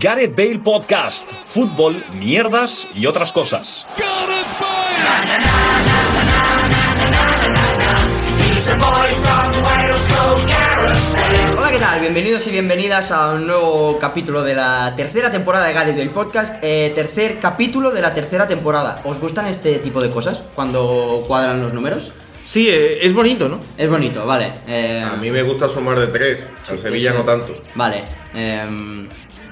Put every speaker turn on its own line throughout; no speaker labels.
Gareth Bale Podcast, fútbol, mierdas y otras cosas.
Hola, ¿qué tal? Bienvenidos y bienvenidas a un nuevo capítulo de la tercera temporada de Gareth Bale Podcast. eh, tercer capítulo de la tercera temporada. ¿Os gustan este tipo de cosas cuando cuadran los números?
Sí, eh, es bonito, ¿no?
Es bonito, vale. eh,
A mí me gusta sumar de tres, al Sevilla no tanto.
Vale. em,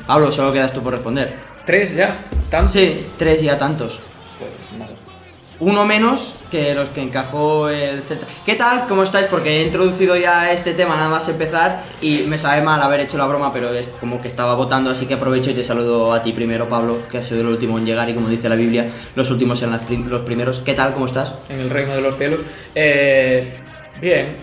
Pablo, solo quedas tú por responder.
Tres ya, tan
Sí, tres y a tantos.
Pues nada.
uno menos que los que encajó el Celta. ¿Qué tal? ¿Cómo estáis? Porque he introducido ya este tema nada más empezar y me sabe mal haber hecho la broma, pero es como que estaba votando, así que aprovecho y te saludo a ti primero, Pablo, que has sido el último en llegar y como dice la Biblia, los últimos eran las prim- los primeros. ¿Qué tal? ¿Cómo estás?
En el reino de los cielos. Eh, bien,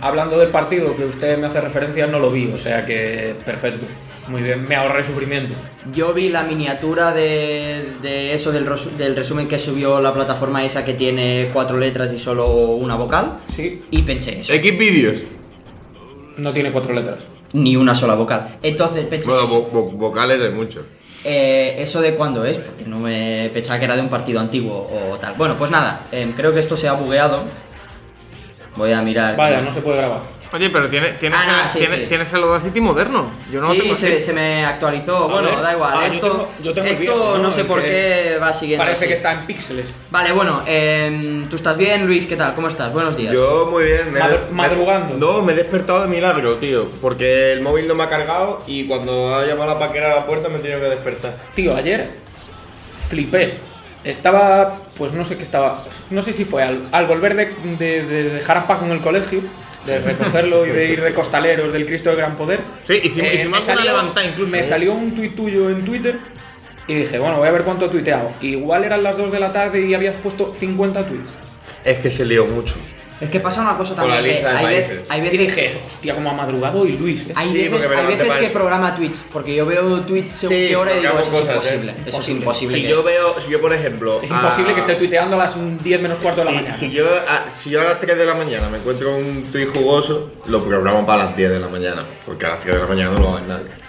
hablando del partido que usted me hace referencia, no lo vi, o sea que perfecto. Muy bien, me ahorré sufrimiento.
Yo vi la miniatura de, de eso, del, resu- del resumen que subió la plataforma esa que tiene cuatro letras y solo una vocal.
Sí.
Y pensé eso.
X vídeos.
No tiene cuatro letras.
Ni una sola vocal. Entonces pensé
Bueno, pues-
eso.
vo- vo- vocales hay muchos.
Eh, ¿Eso de cuándo es? Porque no me pensaba que era de un partido antiguo o tal. Bueno, pues nada, em, creo que esto se ha bugueado. Voy a mirar.
Vaya, no se puede grabar.
Oye, pero tiene, tienes,
Ah,
el,
no, sí,
tiene-
sí.
tienes el Audacity moderno. Yo no lo
sí,
tengo
se,
así.
se me actualizó. bueno,
Joder.
da igual.
Ah, yo
esto
tengo- yo tengo el
esto
viejo,
no,
¿no?
sé
El
por
que
qué va siguiendo.
Parece
así.
que está en píxeles.
Vale, bueno, em, tú estás bien, Luis, ¿qué tal? ¿Cómo estás? Buenos días.
Yo muy bien. me he-
Madru-
me-
madrugando.
No, me he despertado de milagro, tío. Porque el móvil no me ha cargado y cuando ha llamado la paquera a la puerta me he tenido que despertar.
Tío, ayer flipé. Estaba, pues no sé qué estaba. No sé si fue al, al volver de, de- de dejar a Paco en el colegio, de recogerlo y de ir de costaleros del Cristo de Gran Poder. eh,
Sí, hicimos- hicimos
me
alguna levantada incluso,
Me
¿eh?
salió un tuit tuyo en Twitter y dije, bueno, voy a ver cuánto he tuiteado. Igual eran las 2 de la tarde y habías puesto 50 tweets.
Es que se lió mucho.
Es que pasa una cosa
Con
también.
la lista
que
de
hay, ve-
países.
hay
Y
veces,
dije, hostia, como ha madrugado y Luis. ¿eh?
hay
Sí, porque
veces,
me
hay
levanté
veces
para
que
eso.
programa Twitch, porque yo veo Twitch según
Sí,
qué hora y digo,
programo
eso es
cosas, ¿eh?
imposible. Eso es
Imposible.
imposible.
Si
que-
yo veo, si yo por ejemplo.
Es
a-
imposible que esté tuiteando a las 10 menos cuarto de la
Si,
mañana.
si yo, a, si yo a las 3 de la mañana me encuentro un tuit jugoso, lo programo para las 10 de la mañana. Porque a las 3 de la mañana no lo va a ver nadie.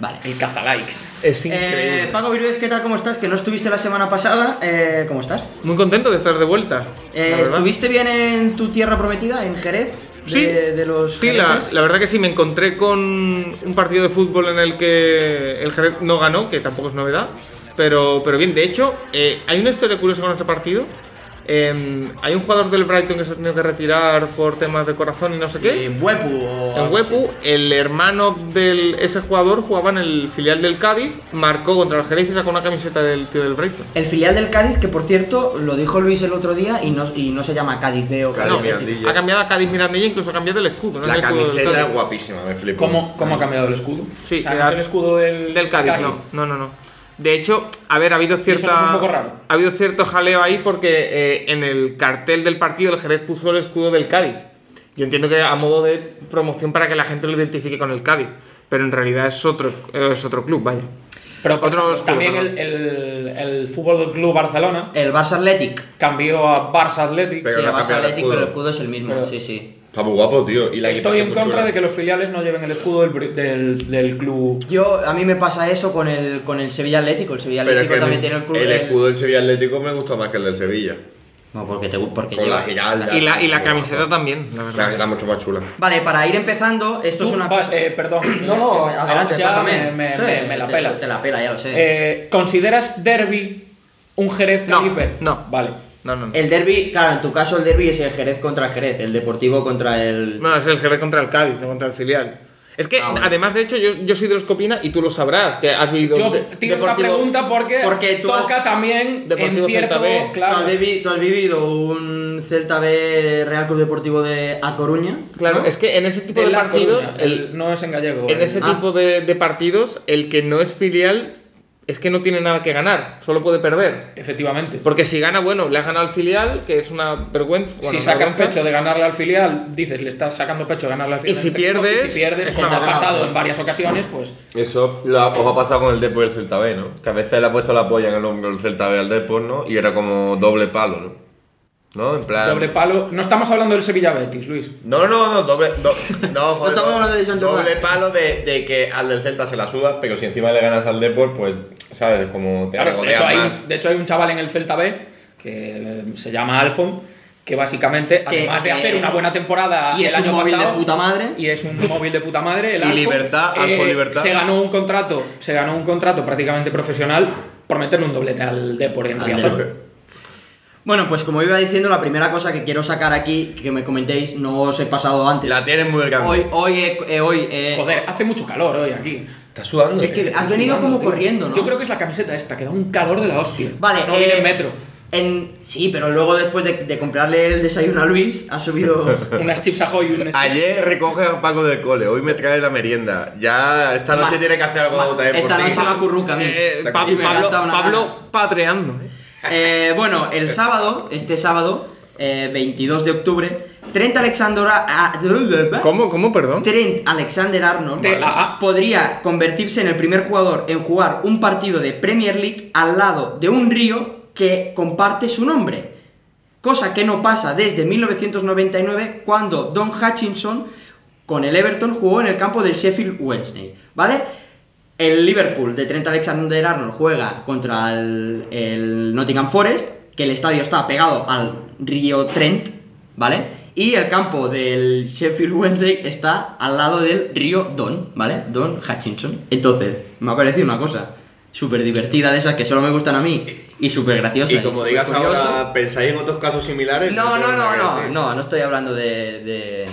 Vale.
El cazalikes. Es
Eh, Paco Virués, ¿qué tal? ¿Cómo estás? Que no estuviste la semana pasada. Eh, ¿Cómo estás?
Muy contento de estar de vuelta.
Eh,
la verdad.
¿Estuviste bien en tu tierra prometida, en Jerez? De,
Sí,
de los
sí la,
jereces?
la verdad que sí, me encontré con un partido de fútbol en el que el Jerez no ganó, que tampoco es novedad, pero, pero bien, de hecho, eh, hay una historia curiosa con este partido. Em, hay un jugador del Brighton que se ha tenido que retirar por temas de corazón y no sé qué.
Eh, Huepu o
En
algo
Huepu, el hermano de ese jugador jugaba en el filial del Cádiz, marcó contra el Jerez y sacó una camiseta del tío del Brighton.
así. El filial del Cádiz, que por cierto, lo dijo Luis el otro día y no, y no se llama Cádiz B o
Cádiz
Cádiz B.
Mirandilla.
Ha cambiado a Cádiz Mirandilla, incluso ha cambiado el escudo. ¿no?
La
El escudo del
camiseta
Cádiz.
es guapísima, me flipó.
¿Cómo, ¿Cómo ha cambiado el escudo?
Sí,
O sea,
le
no
da-
es el escudo del,
Del Cádiz, no. No, no, no. De hecho, a ver, ha habido cierta.
no es un poco raro?
Ha habido cierto jaleo ahí porque eh, en el cartel del partido el Jerez puso el escudo del Cádiz. Yo entiendo que a modo de promoción para que la gente lo identifique con el Cádiz. Pero en realidad es otro, eh, es otro club, vaya.
Pero por
Otro
ejemplo,
escudo,
también
¿no?
el, el, el Fútbol del Club Barcelona
El Barça Athletic.
cambió a Barça Athletic.
Pero
sí,
no
el
ha
Barça
cambiado el
Athletic, pero el
escudo.
escudo es el mismo,
Pero-
sí, sí.
Está muy guapo, tío. Y la
Estoy en
equipación
contra
chula.
de que los filiales no lleven el escudo del, br- del, del club.
Yo, a mí me pasa eso con el, con el Sevilla Atlético. El Sevilla
Pero es
Atlético
que
también
el,
tiene el club.
el
del-
escudo del Sevilla Atlético me gusta más que el del Sevilla.
No, porque te gu- porque
Con
lleva-
la giralda.
Y la, y la
Guapo.
camiseta también, la
La
verdad.
camiseta mucho más chula.
Vale, para ir empezando, esto
Tú
es una
vas-
cosa-
eh, perdón.
No, no,
eh,
adelante,
ya me,
cuéntame.
me-
Sí,
me- me la
te-
pela.
Te la pela, ya lo sé.
Eh, ¿Consideras derby un Jerez
No,
Cádiz B?
no.
Vale.
No, no, no.
El derby, claro, en tu caso el derby es el Jerez contra el Jerez, el Deportivo contra el...
No, es el Jerez contra el Cádiz, no contra el filial. Es que,
Ah, bueno.
además, de hecho, yo, yo soy de los que opina y tú lo sabrás, que has vivido...
Yo
de-
tiro esta
Deportivo-
pregunta porque,
Porque tú
toca
has-
también en
Deportivo
cierto...
Celta B.
¿Tú,
Claro.
has vivi- tú has vivido un Celta B Real Club Deportivo de A Coruña?
Claro,
¿no?
es que en ese tipo de,
de La
partidos...
Coruña,
el-
el- no es en gallego. eh.
En
el-
ese
Ah.
tipo de, de partidos, el que no es filial es que no tiene nada que ganar, solo puede perder.
Efectivamente.
Porque si gana, bueno, le has ganado al filial, que es una vergüenza. bueno,
si
una
sacas
vergüenza.
pecho de ganarle al filial, dices, le estás sacando pecho de ganarle al filial.
Y si
en equipo,
pierdes,
y si pierdes,
es
como
una
ha
cagada.
pasado en varias ocasiones, pues
Eso la- os ha pasado con el Depor y el Celta B, ¿no? Que a veces le ha puesto la polla en el hombro el Celta B al Depor, ¿no? Y era como doble palo, ¿no? ¿No? En plan.
Doble palo. No estamos hablando del Sevilla Betis, Luis.
No, no, no, no, doble. do- no, joder,
estamos hablando de John
Doble
Jordan.
palo de, de que al del Celta se la suda, pero si encima le ganas al Depor, pues, ¿sabes? Es Como te
Claro, de,
regodeas
hecho, hay,
más.
de hecho, hay un chaval en el Celta B que eh, se llama Alfon, que básicamente,
Que-
además de
que-
hacer una buena temporada
y
el
es un
año
móvil
pasado,
de puta madre.
y es un móvil de puta madre. El
Y
Alfon, eh,
libertad, Alfon libertad.
Se ganó un contrato, se ganó un contrato prácticamente profesional por meterle un doblete al Depor en
Al
Riazor.
Depor. Bueno, pues como iba diciendo, la primera cosa que quiero sacar aquí, que me comentéis, no os he pasado antes.
La tienes muy grande.
Hoy, hoy, he- eh, hoy. eh,
Joder, hace mucho calor hoy aquí.
Está sudando.
Es que
tío.
has venido como corriendo, ¿no?
Yo creo que es la camiseta esta, que da un calor de la hostia.
Vale,
no viene
eh,
en metro.
en- sí, pero luego después de, de comprarle el desayuno a Luis, ha subido.
eh,
Unas chips ahoy y un
Ayer recoge a Paco del cole, hoy me trae la merienda. Ya esta noche
Ma-
tiene que hacer algo
ma-
también por
Esta
ti.
noche va a curruca a mí.
Eh,
Está
Pa-
Y me
Pablo,
da una
Pablo patreando. ¿eh?
Eh, bueno, el sábado, este sábado, eh, 22 de octubre, Trent Alexandra. ah,
¿Cómo, cómo, perdón?
Trent Alexander Arnold
Te- ah, ah.
podría convertirse en el primer jugador en jugar un partido de Premier League al lado de un río que comparte su nombre. Cosa que no pasa desde 1999 cuando Don Hutchinson con el Everton jugó en el campo del Sheffield Wednesday. ¿Vale? El Liverpool de Trent Alexander Arnold juega contra el, el Nottingham Forest, que el estadio está pegado al río Trent, ¿vale? Y el campo del Sheffield Wednesday está al lado del río Don, ¿vale? Don Hutchinson. Entonces, me ha parecido una cosa súper divertida de esas que solo me gustan a mí y súper graciosa.
Y como digas ahora, ¿pensáis en otros casos similares?
No, no, no, no,
Sí.
no, no estoy hablando de, de,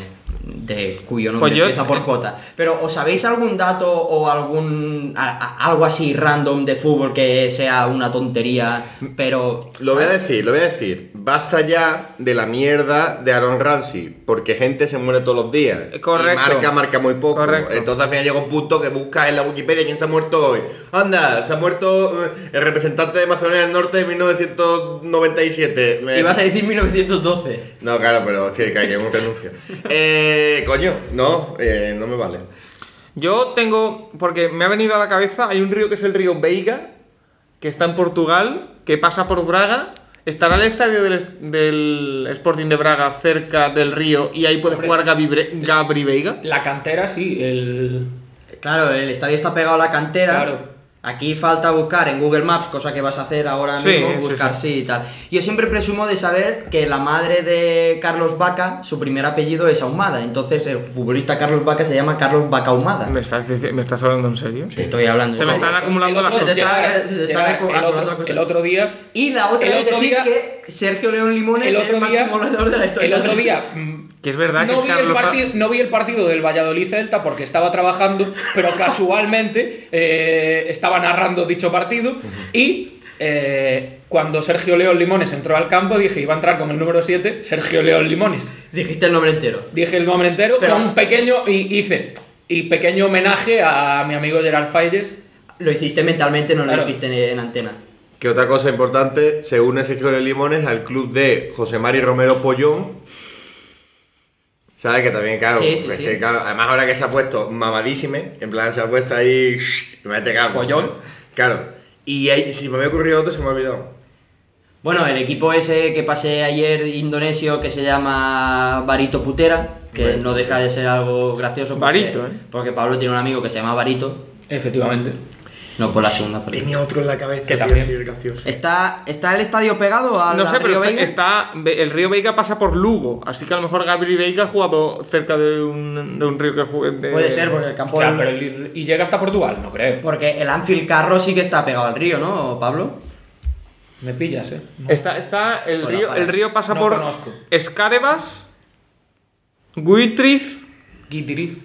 de cuyo nombre
Pues yo-
empieza por J. Pero ¿os sabéis algún dato o algún a- a- algo así random de fútbol que sea una tontería, pero
Lo voy a decir, lo voy a decir. Basta ya de la mierda de Aaron Ramsey, porque gente se muere todos los días.
Eh, correcto.
Y marca, marca muy poco.
Correcto.
Entonces al final llega un punto que busca en la Wikipedia quién se ha muerto hoy. Anda, se ha muerto eh, el representante de Macedonia del Norte de 1997.
Eh,
Me-
ibas a decir 1912?
No, claro, pero es que caería en un renuncio. Eh, coño, no, eh, no me vale.
Yo tengo, porque me ha venido a la cabeza, hay un río que es el río Veiga, que está en Portugal, que pasa por Braga. Estará el estadio del, est- del Sporting de Braga cerca del río y ahí puede jugar Gabi Bre- Gabri Veiga.
La cantera, sí, el.
Claro, el estadio está pegado a la cantera.
Claro.
Aquí falta buscar en Google Maps, cosa que vas a hacer ahora
Sí,
mismo,
sí,
buscar sí, y tal. Yo siempre presumo de saber que la madre de Carlos Vaca, su primer apellido es Ahumada, entonces el futbolista Carlos Vaca se llama Carlos Vaca Ahumada.
¿Me estás, dic- me estás hablando en serio?
Te estoy hablando.
Se me están acumulando
El
las
otro-
Se te
cosas.
está-
Gerard-
se te está
Gerard,
acu-
el otro-
acumulando cosas.
el otro día
Y la otra
El
es
otro
decir
día-
que Sergio León Limón
el
es el
otro día,
máximo goleador de la historia.
el otro día mm,
Que es verdad
no
que
vi,
es
el
Carlos Ar-
partido, no vi el partido del Valladolid Celta porque estaba trabajando, pero casualmente eh, estaba narrando dicho partido y eh, cuando Sergio León Limones entró al campo dije, iba a entrar con el número 7, Sergio León Limones.
Dijiste el nombre entero.
Dije el nombre entero
Pero-
con un pequeño y hice y pequeño homenaje a mi amigo Gerard Falles.
Lo hiciste mentalmente, no
Claro.
lo dijiste en antena.
Que otra cosa importante, se une Sergio de Limones al club de José Mari Romero Pollón. ¿Sabes? Que también, claro,
Sí, sí,
es
sí.
que, claro, Además, ahora que se ha puesto mamadísime, en plan, se ha puesto ahí. Imagínate, claro.
Pollón.
Claro. Y ahí, si me había ocurrido otro, se me ha olvidado.
Bueno, el equipo ese que pasé ayer, indonesio, que se llama Barito Putera, que
Barito
no deja de ser algo gracioso. Porque,
Barito, ¿eh?
Porque Pablo tiene un amigo que se llama Barito.
Efectivamente.
No por la segunda película.
Tenía otro en la cabeza,
Que
tío,
también.
sí, es gracioso.
¿Está, ¿Está el estadio pegado al
No sé, pero
Río
está,
Vega?
está- ve- el río Veiga pasa por Lugo, así que a lo mejor Gabri Veiga ha jugado cerca de un, de un río que juegue. de-
Puede ser, porque el campo...
Hostia, pero el- y llega hasta Portugal, no creo.
Porque el Anfield Carro sí que está pegado al río, ¿no, Pablo?
Me pillas, eh. No.
Está, está el
Hola,
río,
para.
el río pasa
No
por
conozco.
Escádevas, Guitriz,
Guitiriz.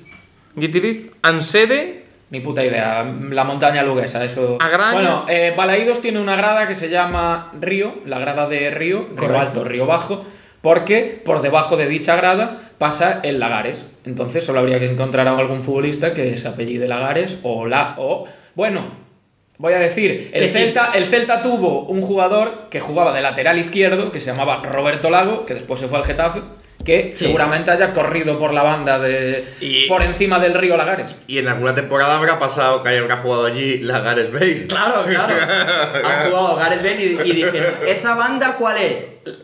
Guitiriz, Ansede,
Ni puta idea. La montaña luguesa, eso.
Agraña.
Bueno, eh, Balaídos tiene una grada que se llama Río, la grada de Río, Río Alto, Río Bajo, porque por debajo de dicha grada pasa el Lagares. Entonces solo habría que encontrar a algún futbolista que se apellide Lagares o la o. Bueno. Voy a decir, el
Que sí.
Celta, el Celta tuvo un jugador que jugaba de lateral izquierdo, que se llamaba Roberto Lago, que después se fue al Getafe, que
Sí.
seguramente haya corrido por la banda de
Y-
por encima del río Lagares.
Y en alguna temporada habrá pasado que habrá jugado allí Lagares Bale.
Claro, claro. Han jugado Gareth Bale y, y dijeron, ¿esa banda cuál es?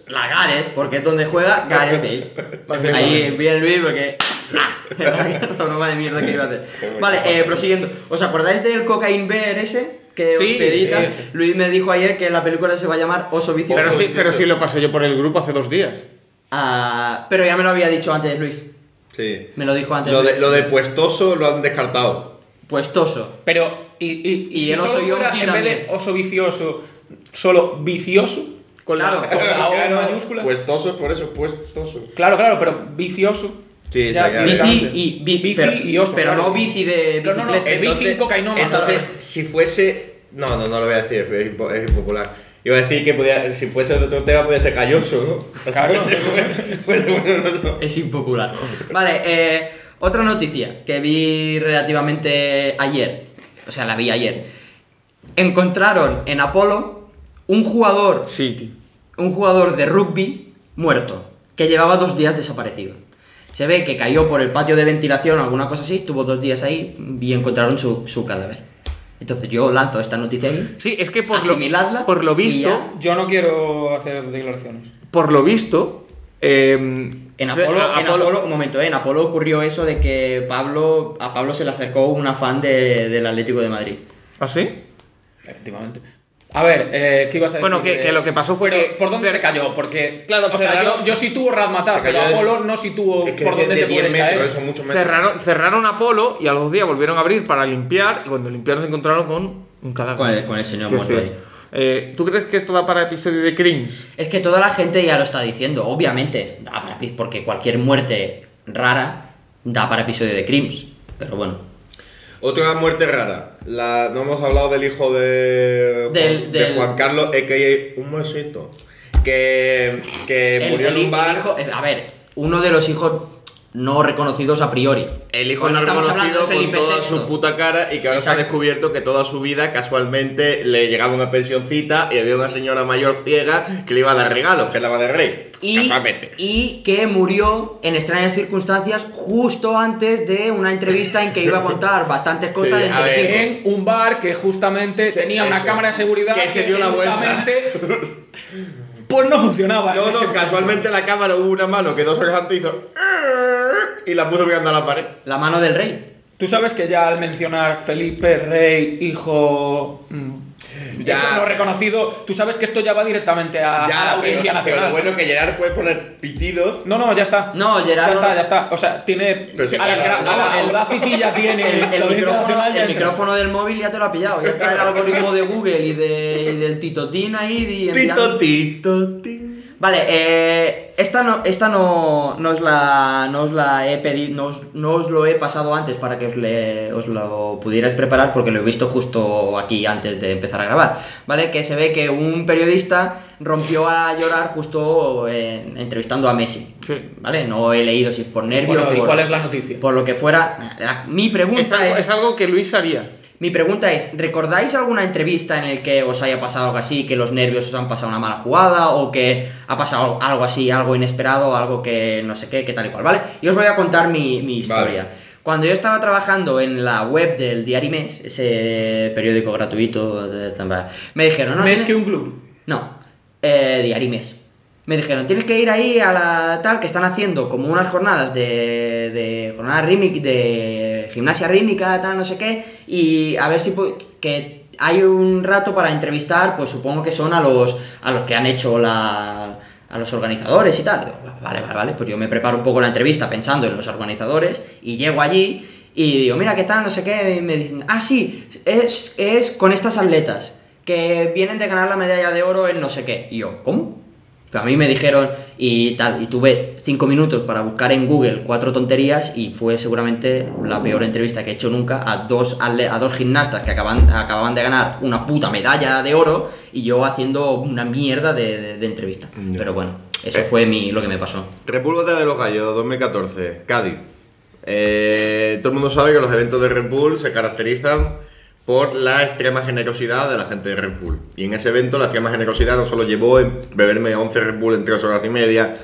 La Gareth, porque es donde juega Gareth Bale. Ahí viene Luis porque... La broma de mierda que iba a hacer. Vale, eh, prosiguiendo. ¿Os acordáis del Cocaine Bear ese? Que
Sí,
os pedita?
sí.
Luis me dijo ayer que la película se va a llamar Oso Vicioso.
Pero sí, pero sí lo pasé yo por el grupo hace dos días.
Ah, pero ya me lo había dicho antes Luis.
Sí.
Me lo dijo antes.
Lo
Luis.
de,
Pues
lo de puestoso lo han descartado.
Puestoso.
Pero, y, y,
Y
si
el
solo
oso
fuera,
yonki
en vez de
también.
oso vicioso, solo vicioso, con la-
Claro.
con la O
Claro, pues-
mayúscula.
Puestoso es por eso, pues puestoso.
Claro, claro, pero vicioso.
Sí,
ya
está claro.
Bici
directamente.
y, bi-
Bici
pero,
y oso.
Pero
claro.
no bici de
No, no, no.
bicicleta.
Eh, Vi cinco cainomas,
entonces,
claro.
si fuese. No, no, no lo voy a decir, es, impo- es impopular. Iba a decir que podía- si fuese de otro tema, podía ser calloso, ¿no?
Claro.
Bueno, bueno, no, no.
Es impopular. Vale, eh, otra noticia que vi relativamente ayer. O sea, la vi ayer. Encontraron en Apolo un jugador,
Sí, tío.
un jugador de rugby muerto, que llevaba dos días desaparecido. Se ve que cayó por el patio de ventilación o alguna cosa así, estuvo dos días ahí y encontraron su, su cadáver. Entonces yo lanzo esta noticia ahí.
Sí, es que por lo,
Asimiladla
por lo
y ya.
visto,
Yo no quiero hacer declaraciones.
por lo visto, em,
En Apolo,
a-
en Apolo- un momento, eh, en Apolo ocurrió eso de que Pablo, a Pablo se le acercó una fan de- del Atlético de Madrid.
¿Ah, sí?
Efectivamente. A ver, eh, ¿qué ibas a decir?
Bueno, que-
De-
que lo que pasó fue
Pero,
que-
¿Por dónde
Fer-
se cayó? Porque, claro, o
se
sea,
cayó-
yo, yo sí tuvo Razmataz,
se
pero
cayó de-
Apolo no situó
Es que
por
es de-
dónde
de
se
10
puede
metros,
caer.
eso mucho metros.
Cerraron, cerraron Apolo y a los días volvieron a abrir para limpiar y cuando limpiaron se encontraron con un cadáver.
Con el- con el señor
Quiero
muerto
decir,
ahí.
eh, ¿Tú crees que esto da para episodio de Cringe?
Es que toda la gente ya lo está diciendo, obviamente, da para epi- porque cualquier muerte rara da para episodio de Crims. Pero bueno,
Otra muerte rara. La, no hemos hablado del hijo de Juan,
Del-
de
del-
Juan Carlos, a.k.a. un huesito. Que, que
El-
murió
el-
en un
el
bar.
hijo- eh, a ver, uno de los hijos no reconocidos a priori.
El hijo
Cuando
no
estamos hablando
reconocido
de
con
Felipe
toda
VI.
su puta cara y que ahora se ha
Exacto.
descubierto que toda su vida casualmente le llegaba una pensioncita y había una señora mayor ciega que le iba a dar regalos, que es la madre del rey.
Y,
Casualmente.
y que murió en extrañas circunstancias justo antes de una entrevista en que iba a contar bastantes cosas.
Sí, a
entre-
ver.
En un bar que justamente
Se-
tenía una
eso.
cámara de seguridad
Que se dio la vuelta.
justamente, Pues no funcionaba. en
No,
ese
no, casualmente en la cámara hubo una mano que dos horas antes hizo. Y la puso mirando a la pared.
La mano del rey.
Tú sabes que ya al mencionar Felipe, rey, hijo. mm,
Ya.
Eso no reconocido, tú sabes que esto ya va directamente a, a la
pero-
Audiencia Nacional.
Pero bueno, que Gerard puede poner pitidos.
No, no, ya está.
No, Gerardo-
Ya está, ya está. O sea, tiene.
Pero si
a la,
Gerardo-
a la Audacity ya tiene.
El, el
la Audiencia
micrófono,
Nacional ya
el
entra.
micrófono del móvil ya te lo ha pillado. Ya está el algoritmo de Google y, de, y del titotín ahí. di-
Tito,
enviando-
tito, tito.
Vale, eh, esta, no, esta no, no os la, no os la he pedido, no os, no os lo he pasado antes para que os, le- os lo pudierais preparar porque lo he visto justo aquí antes de empezar a grabar, ¿vale? Que se ve que un periodista rompió a llorar justo eh, entrevistando a Messi,
Sí.
¿vale? No he leído si es por nervios,
Bueno, ¿y
por,
cuál es la noticia?
por lo que fuera. La- mi pregunta
Es algo, es algo que Luis haría.
mi pregunta es, ¿recordáis alguna entrevista en el que os haya pasado algo así, que los nervios os han pasado una mala jugada o que ha pasado algo así, algo inesperado, algo que no sé qué, que tal y cual, ¿vale? Y os voy a contar mi, mi historia. Cuando yo estaba trabajando en la web del Diario Mes, ese periódico gratuito, de, me dijeron, no,
Mes
tienes-
que un club.
no, eh, diarimes. Me dijeron, tienes que ir ahí a la tal que están haciendo como unas jornadas de, de jornada rítmica, de gimnasia rítmica, tal, no sé qué, y a ver si pu- que hay un rato para entrevistar, pues supongo que son a los a los que han hecho la a los organizadores y tal. Digo, vale, vale, vale, pues yo me preparo un poco la entrevista pensando en los organizadores y llego allí y digo, mira, ¿qué tal? No sé qué, y me dicen, ah, sí, es, es con estas atletas que vienen de ganar la medalla de oro en no sé qué. Y yo, ¿cómo? Pero a mí me dijeron y tal, y tuve cinco minutos para buscar en Google cuatro tonterías y fue seguramente la peor entrevista que he hecho nunca a dos, atle- a dos gimnastas que acaban, acababan de ganar una puta medalla de oro y yo haciendo una mierda de, de- de entrevista. Pero bueno, eso
Eh.
fue mi, lo que me pasó.
República de los Gallos 2014, Cádiz. Eh, todo el mundo sabe que los eventos de Red Bull se caracterizan por la extrema generosidad de la gente de Red Bull. Y en ese evento la extrema generosidad no solo llevó en beberme 11 Red Bull en 3 horas y media,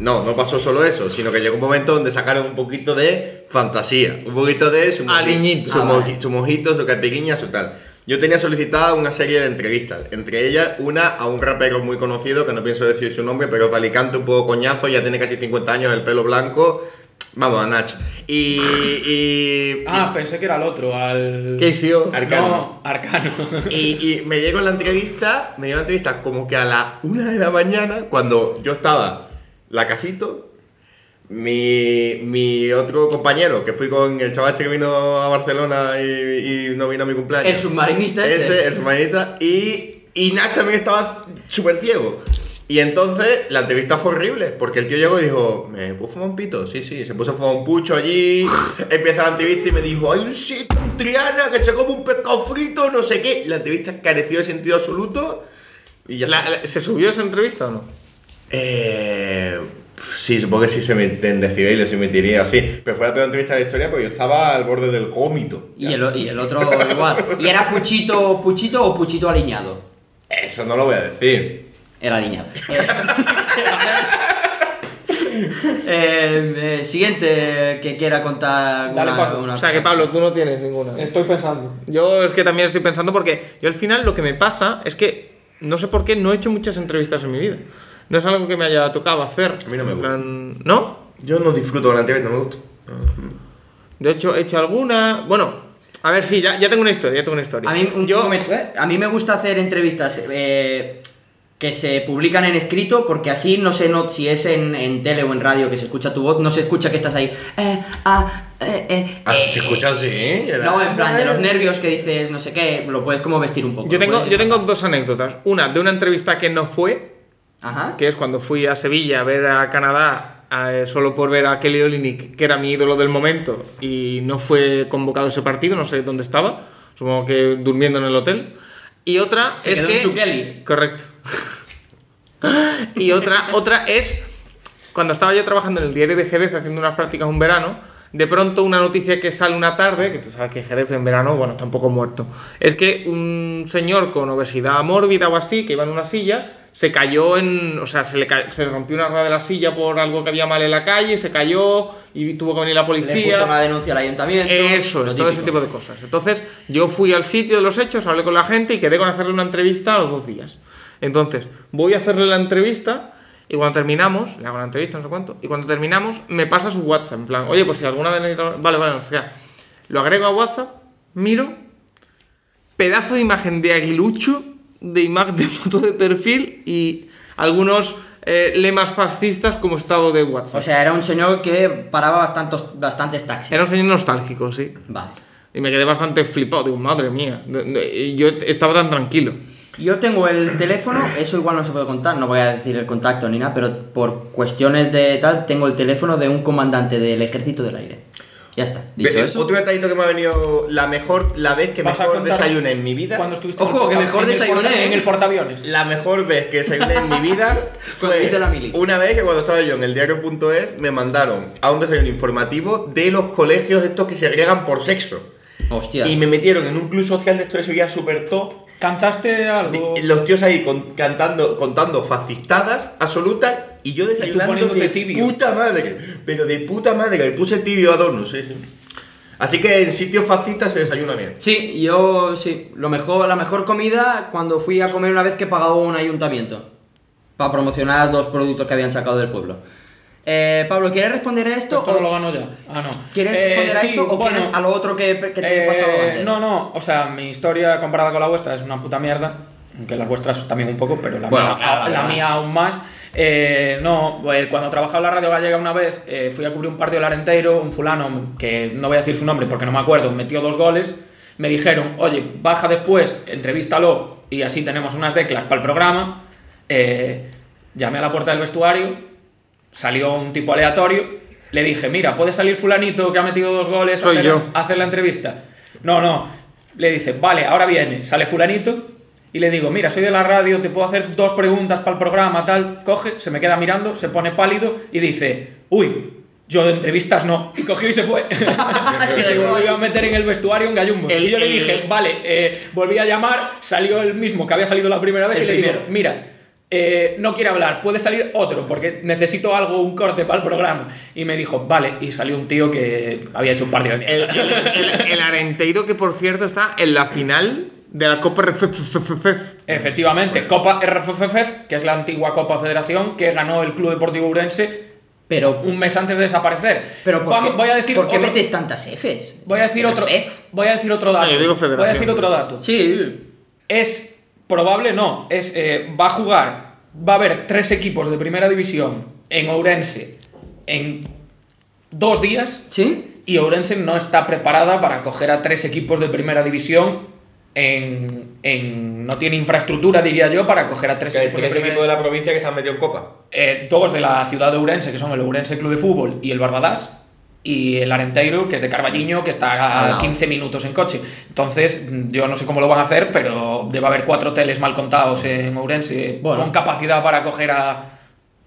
No, no pasó solo eso, sino que llegó un momento donde sacaron un poquito de fantasía, un poquito de su, moji-
Aliñito.
su,
Ah,
moji-
vale.
su mojito, su caipirinha, su tal. Yo tenía solicitada una serie de entrevistas, entre ellas una a un rapero muy conocido, que no pienso decir su nombre, pero es de Alicante, un poco coñazo, ya tiene casi 50 años, el pelo blanco, vamos, a Nacho. Y... y
Ah, pensé que era el otro, al.
¿Qué hizo?
Arcano.
No, Arcano.
Y, y me llegó la entrevista, me llegó la entrevista como que a la una de la mañana, cuando yo estaba la casito, mi, mi otro compañero, que fui con el chaval este que vino a Barcelona y, y no vino a mi cumpleaños.
El submarinista este.
Ese, el submarinista. Y, y Nash también estaba súper ciego. Y entonces la entrevista fue horrible, porque el tío llegó y dijo, ¿me puedo fumar un pito? Sí, sí, se puso a fumar un pucho allí, empieza la entrevista y me dijo, hay un sitio en Triana que se come un pescado frito, no sé qué. La entrevista careció de sentido absoluto y ya...
La- la- ¿Se subió esa entrevista o no?
Eh, sí, supongo que sí se meten decibeles, se metiría así. Pero fue la peor entrevista de la historia porque yo estaba al borde del gómito.
Y el, y el otro igual. ¿Y era Puchito, Puchito o Puchito aliñado?
Eso no lo voy a decir.
Era aliñado. Eh, eh, eh, siguiente que quiera contar
Dale,
una-
Paco.
una
O sea que Pablo, tú no tienes ninguna.
Estoy pensando.
Yo es que también estoy pensando porque yo al final lo que me pasa es que no sé por qué no he hecho muchas entrevistas en mi vida. No es algo que me haya tocado hacer.
A mí no me
En
gusta.
plan, ¿No?
Yo no disfruto de la entrevista, no me gusta.
De hecho, he hecho alguna. Bueno, a ver, sí, ya, ya tengo una historia, ya tengo una historia.
A mí, un
yo,
momento, ¿eh? A mí me gusta hacer entrevistas eh, que se publican en escrito porque así no sé no, si es en, en tele o en radio que se escucha tu voz, no se escucha que estás ahí. Eh, ah, eh, eh,
Ah,
eh.
si se escucha así, ¿eh? Era-
No, en plan de los nervios que dices, no sé qué, lo puedes como vestir un poco.
yo
lo
tengo,
puedes-
yo tengo dos anécdotas. Una de una entrevista que no fue,
Ajá.
que es cuando fui a Sevilla a ver a Canadá eh, solo por ver a Kelly Olynyk, que era mi ídolo del momento, y no fue convocado ese partido, no sé dónde estaba, supongo que durmiendo en el hotel. Y otra
Se
es
quedó en
que
su Kelly.
correcto. y otra otra es cuando estaba yo trabajando en el diario de Jerez haciendo unas prácticas un verano, de pronto una noticia que sale una tarde, que tú sabes que Jerez en verano, bueno, está un poco muerto, es que un señor con obesidad mórbida o así, que iba en una silla, se cayó en. O sea, se le ca- se rompió una rueda de la silla por algo que había mal en la calle, se cayó y tuvo que venir la
Le puso una
policía.
denuncia al ayuntamiento.
Eso
lo
es, todo ese
típico.
tipo de cosas. Entonces, yo fui al sitio de los hechos, hablé con la gente y quedé con hacerle una entrevista a los dos días. Entonces, voy a hacerle la entrevista y cuando terminamos, le hago la entrevista, no sé cuánto, y cuando terminamos me pasa su WhatsApp, en plan, oye, pues si alguna de necesita- Vale, vale, o sea, lo agrego a WhatsApp, miro, pedazo de imagen de aguilucho, de imagen de foto de perfil y algunos eh, lemas fascistas como estado de WhatsApp.
O sea, era un señor que paraba bastantes, bastantes taxis.
Era un señor nostálgico, sí.
Vale.
Y me quedé bastante flipado, digo, madre mía, de- de- y yo estaba tan tranquilo.
Yo tengo el teléfono, eso igual no se puede contar, no voy a decir el contacto ni nada, pero por cuestiones de tal, tengo el teléfono de un comandante del ejército del aire. Ya está, dicho
Ve- eh,
eso.
Otro detallito que me ha venido la mejor, la vez que
¿Vas a
mejor
contar
desayuné en mi vida.
Cuando estuviste
Ojo,
en el
que
porta-
mejor
en el
desayuné,
porta-
¿eh?
en el portaaviones.
La mejor vez que desayuné en mi vida
Cuando
fue
hice la mili.
una vez que cuando estaba yo en el diario.es me mandaron a un desayuno informativo de los colegios estos que se agregan por sexo.
Hostia.
Y me metieron en un club social de esto de Sevilla super top.
¿Cantaste algo?
Y Los tíos ahí con- cantando, contando fascistadas absolutas y yo desayunando
poniéndote
de
tibio.
puta madre. Pero de puta madre, que le puse tibio a Donus, sí, sí. Así que en sitios fascistas se desayuna bien.
Sí, yo sí. Lo mejor, la mejor comida cuando fui a comer una vez que pagaba un ayuntamiento. Para promocionar los productos que habían sacado del pueblo. Eh, Pablo, ¿quieres responder a esto?
Esto no
o-
lo gano ya. Ah, no.
¿Quieres
Eh,
responder a
sí,
esto o
bueno,
quieres a lo otro que, que te he
eh,
pasado antes?
No, no. O sea, mi historia comparada con la vuestra es una puta mierda. Aunque las vuestras también un poco, pero la,
Bueno,
mía,
claro,
la
claro.
mía aún más. Eh, no, eh, cuando trabajaba en la radio gallega una vez, eh, fui a cubrir un partido del Arenteiro, un fulano, que no voy a decir su nombre porque no me acuerdo, metió dos goles, me dijeron, oye, baja después, entrevístalo y así tenemos unas declas para el programa. Eh, llamé a la puerta del vestuario, salió un tipo aleatorio, le dije, mira, puede salir fulanito que ha metido dos goles,
Soy
hacer,
yo.
hacer la entrevista. No, no, le dice, vale, ahora viene, sale fulanito y le digo, mira, soy de la radio, te puedo hacer dos preguntas para el programa, tal, coge, se me queda mirando, se pone pálido y dice, uy. Yo de entrevistas no. Y cogió y se fue. y se volvió a meter en el vestuario en gallumbos.
Ah, El-
y yo le
el-
dije, vale, eh, volví a llamar, salió el mismo que había salido la primera vez
El
y le digo,
primero.
mira, eh, no quiere hablar, puede salir otro, porque necesito algo, un corte para el programa. Y me dijo, vale, y salió un tío que había hecho un partido de mierda.
El, el, el- el Arenteiro, que por cierto está en la final de la Copa RFFF.
Efectivamente, Copa RFFF, que es la antigua Copa Federación, que ganó el Club Deportivo Urense
Pero,
un mes antes de desaparecer.
pero ¿por
Vamos,
qué-
voy a decir
¿por qué
otro-
metes tantas Fs?
voy a decir otro,
F.
voy a decir otro dato.
No, yo digo federación.
voy a decir otro dato.
Sí.
Es probable, no. Es, eh, va a jugar, va a haber tres equipos de primera división en Ourense en dos días
¿Sí?
y Ourense no está preparada para coger a tres equipos de primera división. En, en- no tiene infraestructura, diría yo, para coger a tres
Porque hay
equipos de
tres
primera
equipos de la provincia que se han metido en copa.
eh, dos de la ciudad de Ourense, que son el Ourense Club de Fútbol y el Barbadás, y el Arenteiro, que es de Carballiño, que
Al
está a
lado.
15 minutos en coche. Entonces, mm, yo no sé cómo lo van a hacer, pero debe haber cuatro hoteles mal contados en Ourense,
Bueno.
con capacidad para acoger a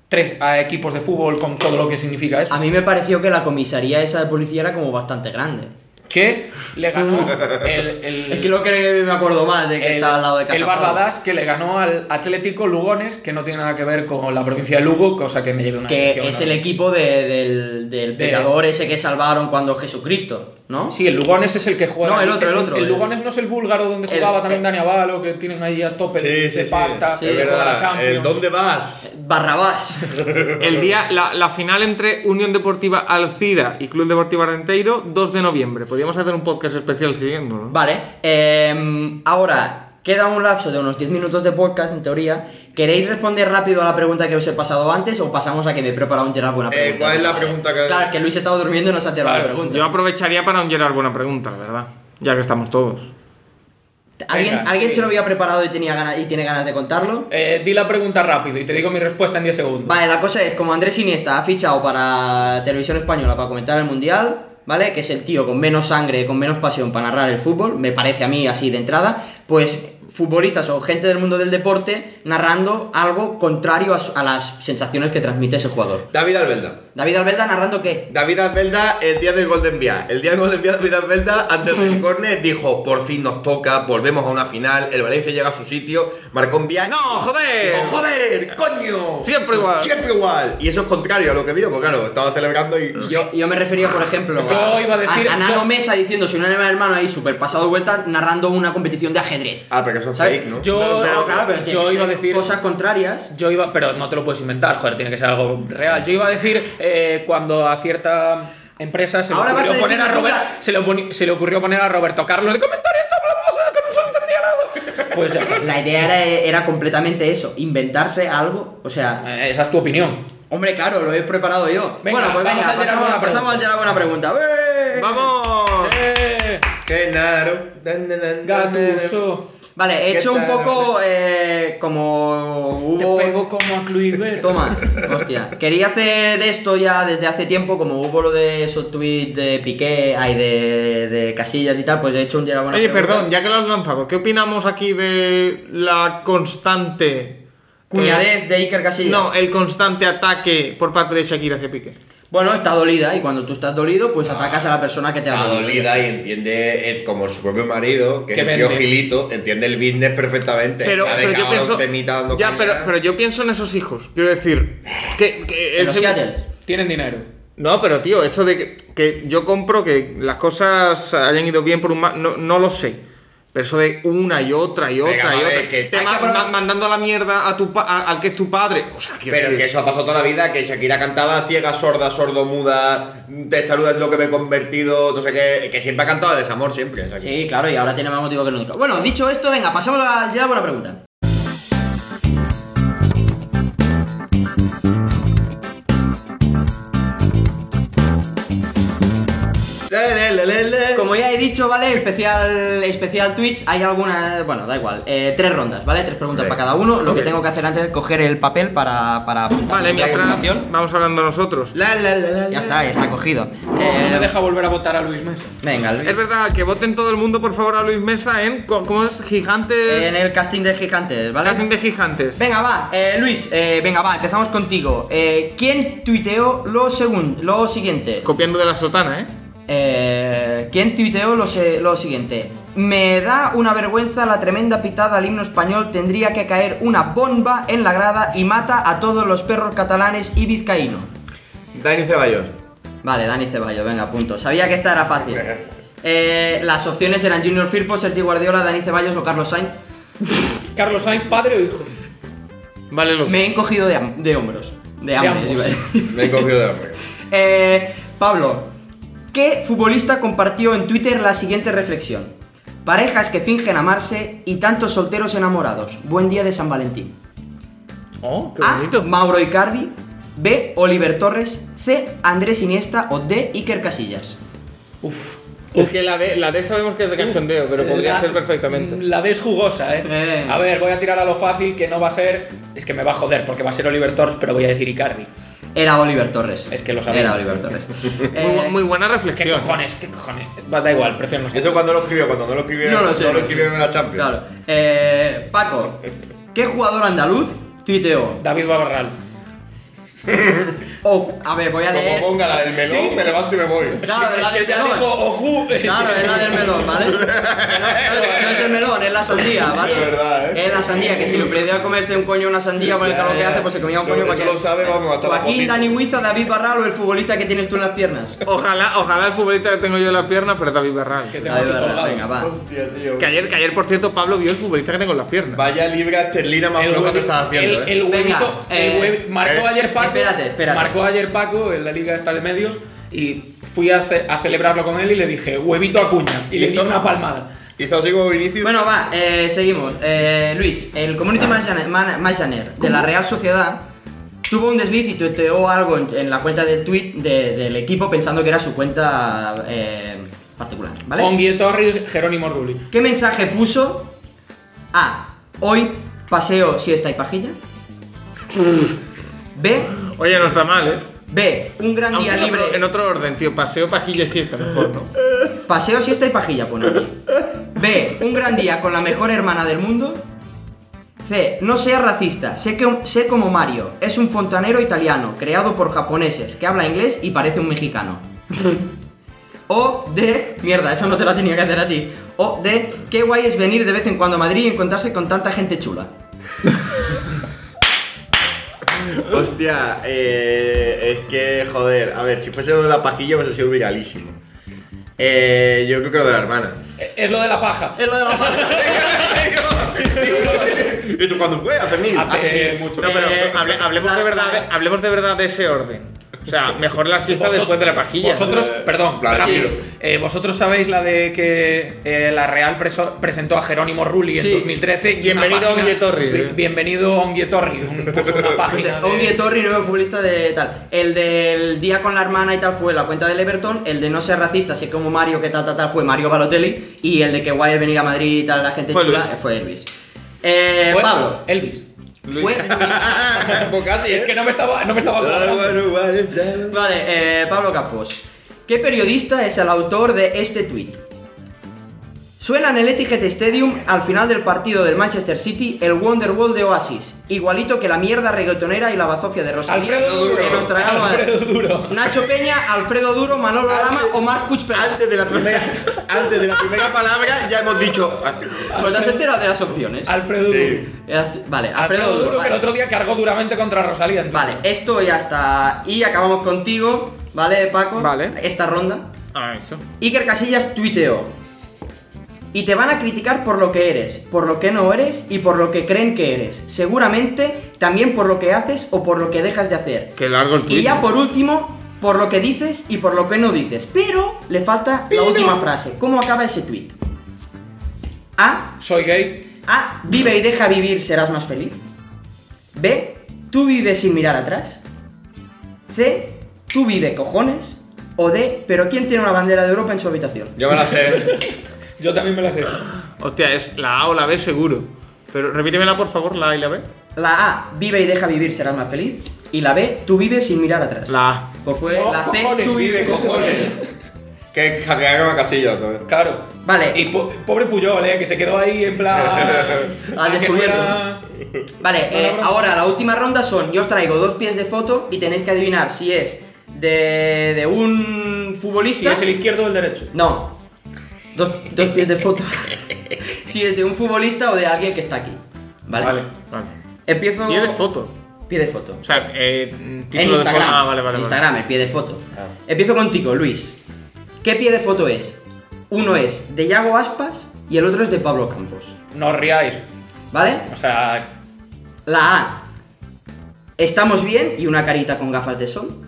tres a equipos de fútbol, con todo lo que significa eso.
A mí me pareció que la comisaría esa de policía era como bastante grande.
Que le ganó el, el-
Es que lo que me acuerdo más de que
el,
estaba al lado de Casa
el
Pablo.
Barbadas que le ganó al Atlético Lugones, que no tiene nada que ver con la provincia de Lugo, cosa que me lleve una
Que
decepción,
es
¿no?
el equipo de- del, del
De-
pecador ese que salvaron cuando Jesucristo, ¿no?
Sí, el Lugones es el que juega.
No, el otro, el otro,
El
el-
Lugones no es el búlgaro donde
el-
jugaba también
el-
Dani Avalo, que tienen ahí a tope Pues, de, de pasta,
Sí,
que
es
juega la
verdad.
Champions.
El ¿Dónde vas?
Barrabás.
El día, la, la final entre Unión Deportiva Alcira y Club Deportivo Arenteiro, 2 de noviembre. Podríamos hacer un podcast especial siguiéndolo. ¿no?
Vale, em, ahora queda un lapso de unos 10 minutos de podcast en teoría. ¿Queréis responder rápido a la pregunta que os he pasado antes o pasamos a que me he preparado un Gerard buena
Eh,
pregunta?
¿cuál es la pregunta que-
Claro, que Luis estaba durmiendo y nos ha tirado
Claro,
la
Yo
pregunta.
aprovecharía para un Gerard buena pregunta, la verdad. Ya que estamos todos.
¿Alguien,
Venga,
¿alguien
sí.
se lo había preparado y, tenía ganas, y tiene ganas de contarlo?
Eh, di la pregunta rápido y te digo mi respuesta en 10 segundos.
Vale, la cosa es, como Andrés Iniesta ha fichado para Televisión Española para comentar el Mundial, ¿vale? Que es el tío con menos sangre, con menos pasión para narrar el fútbol, me parece a mí así de entrada, pues futbolistas o gente del mundo del deporte narrando algo contrario a, su- a las sensaciones que transmite ese jugador.
David Albelda.
David Albelda narrando qué?
David Albelda, el día del Golden Vía. El día del Golden Vía, David Albelda, antes del córner, dijo: Por fin nos toca, volvemos a una final. El Valencia llega a su sitio, marcó un Vía.
¡No, joder!
Dijo, ¡Joder! ¡Coño!
Siempre igual.
Siempre igual. Y eso es contrario a lo que vio, porque claro, estaba celebrando y. y yo-
Yo, yo me refería, por ejemplo,
Yo iba a decir-
Nano
yo-
Mesa diciendo su unánime hermano ahí, super pasado de vuelta, narrando una competición de ajedrez.
Ah, pero eso es
¿Sabes?
fake, ¿no?
Yo,
Pero claro, pero tiene
yo
que
iba a
ser
decir.
cosas contrarias.
Yo iba, pero no te lo puedes inventar, joder, tiene que ser algo real. Yo iba a decir eh, cuando a cierta empresa se le
Ahora vas
ocurrió
a
poner a
decir
Robert,
una
se le, oponi- se le ocurrió poner a Roberto Carlos de comentar esta babosa que no se entendía nada. Pues ya está.
La idea era, era completamente eso, inventarse algo, o sea...
Eh, Esa es tu opinión.
Hombre, claro, lo he preparado yo.
Venga,
bueno, pues
vamos
venga,
al de la buena
pasamos, pasamos al de la buena pregunta. ¡Ué!
¡Vamos!
Eh,
¡Qué naro! Dan, dan, dan,
Gatuso.
Vale, he
¿Qué
hecho un
tal?
poco eh, como
Te
hubo...
pego como a Kluivert.
Toma, hostia. Quería hacer esto ya desde hace tiempo, como hubo lo de esos tweets de Piqué, ay, de, de Casillas y tal, pues he hecho un día la buena
Oye,
pregunta.
perdón, ya que lo has lanzado, ¿qué opinamos aquí de la constante. eh,
Cuñadez de Iker Casillas.
No, el constante ataque por parte de Shakira hacia Piqué.
Bueno, está dolida y cuando tú estás dolido, pues atacas a la persona que te ha
Está
dolido.
dolida y entiende, eh, como su propio marido, que
Que
es el tío
vende.
Gilito, entiende el business perfectamente.
Pero,
sabe
pero
que
yo
ahora
pienso.
un temita dando
Ya,
caña.
pero, pero yo pienso en esos hijos. Quiero decir. Que, que
En los
ese-
Seattle.
Tienen dinero.
No, pero tío, eso de que, que yo compro que las cosas hayan ido bien por un mal, no, no lo sé. Pero eso de una y otra y otra
Venga,
y
va,
otra.
eh, que-
te
hay que
ma-
probar-
ma- mandando a la mierda a tu pa- a- al que es tu padre. O sea, quiero
Pero
decir-
que eso ha pasado toda la vida, que Shakira cantaba ciega, sorda, sordo, muda, testaruda es lo que me he convertido, no sé qué, que siempre ha cantado de desamor, siempre. Shakira.
Sí, claro, y ahora tiene más motivo que nunca. Bueno, dicho esto, venga, pasamos a ya buena pregunta.
Le, le, le, le, le.
Como ya he dicho, ¿vale? Especial, especial Twitch, hay alguna. Bueno, da igual. Eh, tres rondas, ¿vale? Tres preguntas
Venga.
para cada uno. Lo que
Ok.
tengo que hacer antes es coger el papel para, para apuntar.
Vale, mientras
Información.
vamos hablando nosotros.
La, la, la, la,
Ya
la.
está, ya está cogido.
No
Eh,
me deja volver a votar a Luis Mesa.
Venga, Luis.
Es verdad, que voten todo el mundo por favor a Luis Mesa en. co- ¿Cómo es? Gigantes.
En el casting de gigantes, ¿vale?
Casting de gigantes.
Venga, va, eh, Luis, eh, venga, va, empezamos contigo. Eh, ¿Quién tuiteó lo, segun- lo siguiente?
Copiando de la sotana, ¿eh?
Eh, ¿Quién tuiteó lo, se- lo siguiente? Me da una vergüenza la tremenda pitada al himno español. Tendría que caer una bomba en la grada y mata a todos los perros catalanes y vizcaíno.
Dani Ceballos.
Vale, Dani Ceballos, venga, punto. Sabía que esta era fácil. Eh, las opciones eran Junior Firpo, Sergi Guardiola, Dani Ceballos o Carlos Sainz.
Carlos Sainz, padre o hijo.
Vale, lo
Me he encogido de, am- de hombros. De, hambre,
ambos.
iba a decir.
Me he cogido de hambre.
Eh, Pablo, ¿qué futbolista compartió en Twitter la siguiente reflexión? Parejas que fingen amarse y tantos solteros enamorados. Buen día de San Valentín.
Oh, qué
A.
bonito.
Mauro Icardi. B. Oliver Torres. C. Andrés Iniesta. O D. Iker Casillas.
Uf.
Es que la de, la de sabemos que es de cachondeo, pero podría
La-
ser perfectamente.
La D es jugosa, ¿eh?
Eh.
A ver, voy a tirar a lo fácil, que no va a ser. Es que me va a joder, porque va a ser Oliver Torres, pero voy a decir Icardi.
Era Oliver Torres.
Es que lo sabía.
Era Oliver Torres.
Muy, bu-
Eh,
muy buena
¿Qué
reflexión.
cojones? ¿Qué cojones? Va, da igual, prefiero no saber.
Eso cuando lo escribió, cuando no lo escribieron,
No lo sé.
no lo escribieron en la Champions.
Claro. Eh, Paco, ¿qué jugador andaluz tuiteó?
David Barral.
Oh, a ver, voy a leer.
Como ponga la del melón,
Sí.
me levanto y me voy.
Claro,
es
la
que
del
ya
melón.
dijo eh. Oju.
Claro, es la del melón, ¿vale? No, es, no es el melón, es la sandía, ¿vale?
De verdad, ¿eh?
Es la sandía, que si le ofrecía comerse un coño una sandía con el
Ya,
calor que
ya.
hace, pues se comía un
Eso-
coño
eso
cualquiera.
lo sabe, vamos, hasta la
Joaquín,
fotito.
Dani Huiza, David Barral o el futbolista que tienes tú en las piernas.
Ojalá, ojalá el futbolista que tengo yo en las piernas, pero David
Que
Barral.
tengo aquí
David Barral,
colgado.
venga, va.
Hostia, tío.
Que ayer, que ayer, por cierto, Pablo vio el futbolista que tengo en las piernas.
Vaya libra esterlina más floja que estás haciendo,
el,
eh.
el
Venga,
huevito, el
eh,
huevi- marcó
eh,
ayer Paco,
espérate, espérate.
marcó ayer Paco en la liga esta de medios y fui a, ce- a celebrarlo con él y le dije huevito Acuña y le di
¿Listo?
una palmada.
Hizo así como Vinicius.
Bueno, va, eh, seguimos. Eh, Luis, el community manager, man- manager de la Real Sociedad tuvo un desliz y tuiteó algo en, en la cuenta del tweet de- del equipo pensando que era su cuenta eh, particular, ¿vale?
Onguie Torri, Jerónimo Rulli.
¿Qué mensaje puso? A. Hoy paseo si está y pajilla. B.
Oye, no está mal, ¿eh?
B. Un gran
Aunque
día
en
libre.
otro, en otro orden, tío. Paseo, pajilla y siesta, mejor, ¿no?
Paseo si está y pajilla, pone aquí. B. Un gran día con la mejor hermana del mundo. C. No seas racista. Sé, que, sé como Mario. Es un fontanero italiano creado por japoneses que habla inglés y parece un mexicano. O D. Mierda, esa no te la tenía que hacer a ti. O D. Qué guay es venir de vez en cuando a Madrid y encontrarse con tanta gente chula.
Hostia, eh, es que, joder, a ver, si fuese lo de la pajilla hubiese sido viralísimo. Eh, yo creo que lo de la hermana.
Eh, Es lo de la paja.
Es lo de la
¿Eso cuándo fue? Hace mil.
Ah,
Hace mucho.
No, pero
Eh,
hable- hablemos, de
la-
verdad, de-
la-
hablemos de verdad de ese orden. O sea, mejor la siesta
Vosot-
después de la pajilla.
Vosotros, perdón,
Claro,
rápido.
sí.
Eh, vosotros sabéis la de que eh, la Real preso- presentó a Jerónimo Rulli
Sí.
en 2013. y una
Bienvenido
página-
Onguie Torri,
Bi-
eh.
Bienvenido a Onguie Torri. un- puso una
Ah,
página. de-
Ongie Torri, nuevo futbolista de tal. El del día con la hermana y tal fue la cuenta del Everton. El de no ser racista, así como Mario, que tal, tal, tal, fue Mario Balotelli. Y el de que guay es venir a Madrid y tal, la gente
Fue
chula,
Luis.
eh, fue Luis. Eh,
Fue
Pablo.
Elvis.
Fue
pues casi,
Es que no me estaba. No me estaba cuadrando.
Luis. Vale, eh, Pablo Campos. ¿Qué periodista es el autor de este tweet? Suena en el Etihad Stadium al final del partido del Manchester City el Wonderwall de Oasis, igualito que la mierda reggaetonera y la bazofia de Rosalía
Alfredo Duro.
que nos tragamos a-
Alfredo Duro.
Nacho Peña, Alfredo Duro, Manolo Lama o Marc Puigpera.
Antes de la primera, antes de la primera palabra ya hemos dicho. "Ah,
Pues te has enterado de las opciones.
Alfredo
Sí.
Duro.
Es- Vale,
Alfredo,
Alfredo Duro.
Duro, que el
vale.
otro día cargó duramente contra Rosalía. entiendo.
Vale, esto ya está. Y acabamos contigo, ¿vale, Paco?
Vale.
Esta ronda.
Ah, eso.
Iker Casillas tuiteó. Y te van a criticar por lo que eres, por lo que no eres y por lo que creen que eres. Seguramente también por lo que haces o por lo que dejas de hacer.
Que largo el
Y
tweet.
ya por último, por lo que dices y por lo que no dices. Pero le falta la última frase. ¿Cómo acaba ese tweet? A.
Soy gay.
A. Vive y deja vivir, serás más feliz. B. Tú vives sin mirar atrás. C. Tú vive cojones. O D. Pero ¿quién tiene una bandera de Europa en su habitación?
Yo me la sé.
Yo también me la sé.
Hostia, es la A o la B seguro. Pero repítemela, por favor, la A y la B.
La A. Vive y deja vivir, serás más feliz. Y la B. Tú vives sin mirar atrás.
La A.
Pues fue
No,
la C.
cojones,
tú
Sí,
vives
de cojones. Que hackearon a Casilla otra vez.
Claro.
Vale.
Y po- pobre Puyol, eh, que se quedó ahí en plan. "Ah,
Al
que no
descubierto.
era-
Vale,
Para
eh,
broma.
ahora la última ronda son, yo os traigo dos pies de foto y tenéis que adivinar si es de, de un
Si
futbolista...
es el izquierdo o el derecho.
No. dos, dos pies de foto. si es de un futbolista o de alguien que está aquí. ¿Vale?
Vale.
Vale.
Empiezo.
Pie de foto.
Pie de foto.
O sea, eh, título
en
de foto.
Instagram.
Ah, vale, Ah. vale.
en
vale.
Instagram, el pie de foto. Empiezo contigo, Luis. ¿Qué pie de foto es? Uno es de Yago Aspas y el otro es de Pablo Campos.
No os riáis.
¿Vale?
O sea,
La A. Estamos bien y una carita con gafas de sol.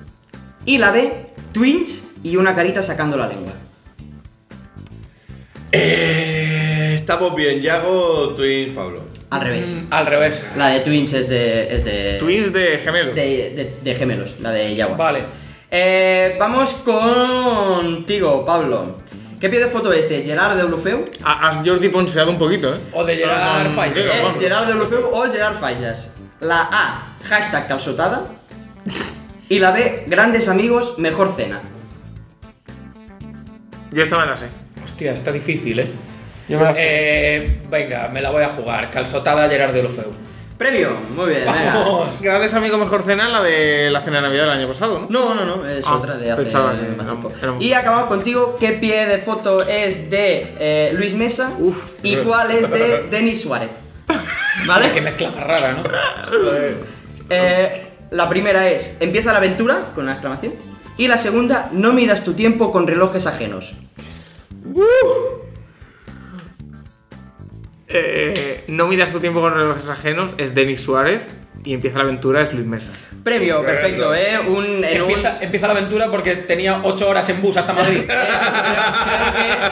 Y la B. Twins y una carita sacando la lengua.
Eh, estamos bien, Yago, Twin, Pablo.
Al revés.
mm, al revés.
La de Twins es de. es de
Twins de gemelos.
de, de- de gemelos, la de Jaguar.
Vale.
Eh, vamos contigo, Pablo. ¿Qué pie de foto es de Gerard de Olufeu?
A- Has Jordi ponseado un poquito, ¿eh?
O de Gerard
Ah,
Falla.
venga,
Eh,
vamos.
Gerard de Olufeu o Gerard Fallas. La A, hashtag calzotada. Y la B, grandes amigos, mejor cena.
Yo estaba en la C.
Hostia, está difícil, eh.
Yo me la sé.
Eh, venga, me la voy a jugar. Calzotada Gerard de Olofeu.
Premio, muy bien, venga.
Vamos.
Grandes amigos mejor cena, la de la cena de Navidad del año pasado, ¿no?
No, no, no, es
Ah,
otra de hace
pensaba que
más
era-
tiempo.
era un-
Y acabamos contigo, ¿qué pie de foto es de eh, Luis Mesa?
Uf. eh.
¿Y cuál es de Denis Suárez? ¿Vale?
Qué mezcla más rara, ¿no?
Eh, la primera es empieza la aventura con la exclamación y la segunda no midas tu tiempo con relojes ajenos.
Eh, no miras tu tiempo con relojes ajenos, es Denis Suárez y empieza la aventura, es Luis Mesa.
Premio, perfecto, eh, un en un-
Empieza, empieza la aventura porque tenía 8 horas en bus hasta Madrid.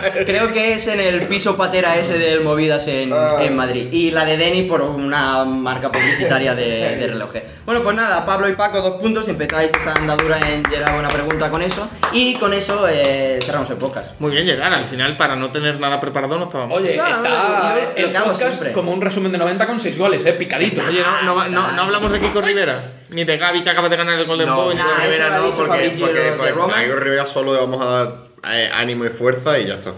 creo, que, creo que es en el piso patera ese del Movidas en, en Madrid. Y la de Denny por una marca publicitaria de, de relojes. Bueno, pues nada, Pablo y Paco, dos puntos. Empezáis esa andadura en llegar a una pregunta con eso. Y con eso eh, cerramos el podcast.
Muy bien, llegar al final para no tener nada preparado no estaba mal.
Oye,
No, no,
está
yo- yo-
el
lo que hago
podcast
siempre.
como un resumen de 90 con 6 goles, eh, picadito.
Oye, no, no, va- no- no hablamos de Kiko Rivera, ni de Gaby que acaba de ganar el Golden
No,
Boy.
Diego
nah, eso
Rivera
lo ha
no,
dicho
porque,
Fabricio
porque,
de
porque
Roma.
a Diego Rivera solo le vamos a dar eh, ánimo y fuerza y ya está.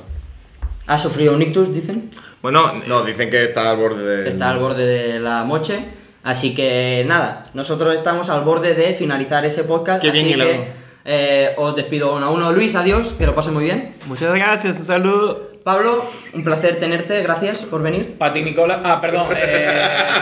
¿Ha sufrido un ictus, dicen?
Bueno,
No, dicen que está al borde de.
está al borde de la moche. Así que nada, nosotros estamos al borde de finalizar ese podcast.
Qué bien
así
hilado.
que eh, os despido uno a uno. Luis, adiós, que lo pases muy bien.
Muchas gracias, un saludo.
Pablo, un placer tenerte, gracias por venir.
Pati Nicola. Ah, perdón. eh,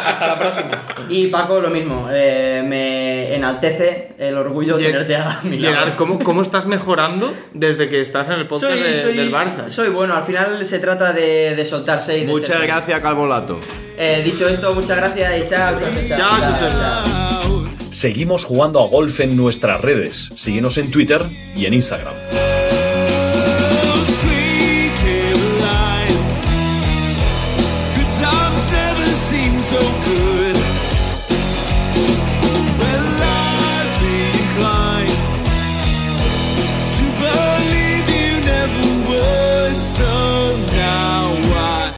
hasta la próxima.
Y Paco, lo mismo, eh, me enaltece el orgullo de
Lle-
tenerte a mi lado.
Gerard, ¿cómo, ¿cómo estás mejorando desde que estás en el podcast de- del Barça?
soy bueno, al final se trata de, de soltarse y de
Muchas
ser-
gracias, Calvolato.
Eh, dicho esto, muchas gracias y chao, chao, chao,
Chao, chao, chao.
Seguimos jugando a golf en nuestras redes. Síguenos en Twitter y en Instagram.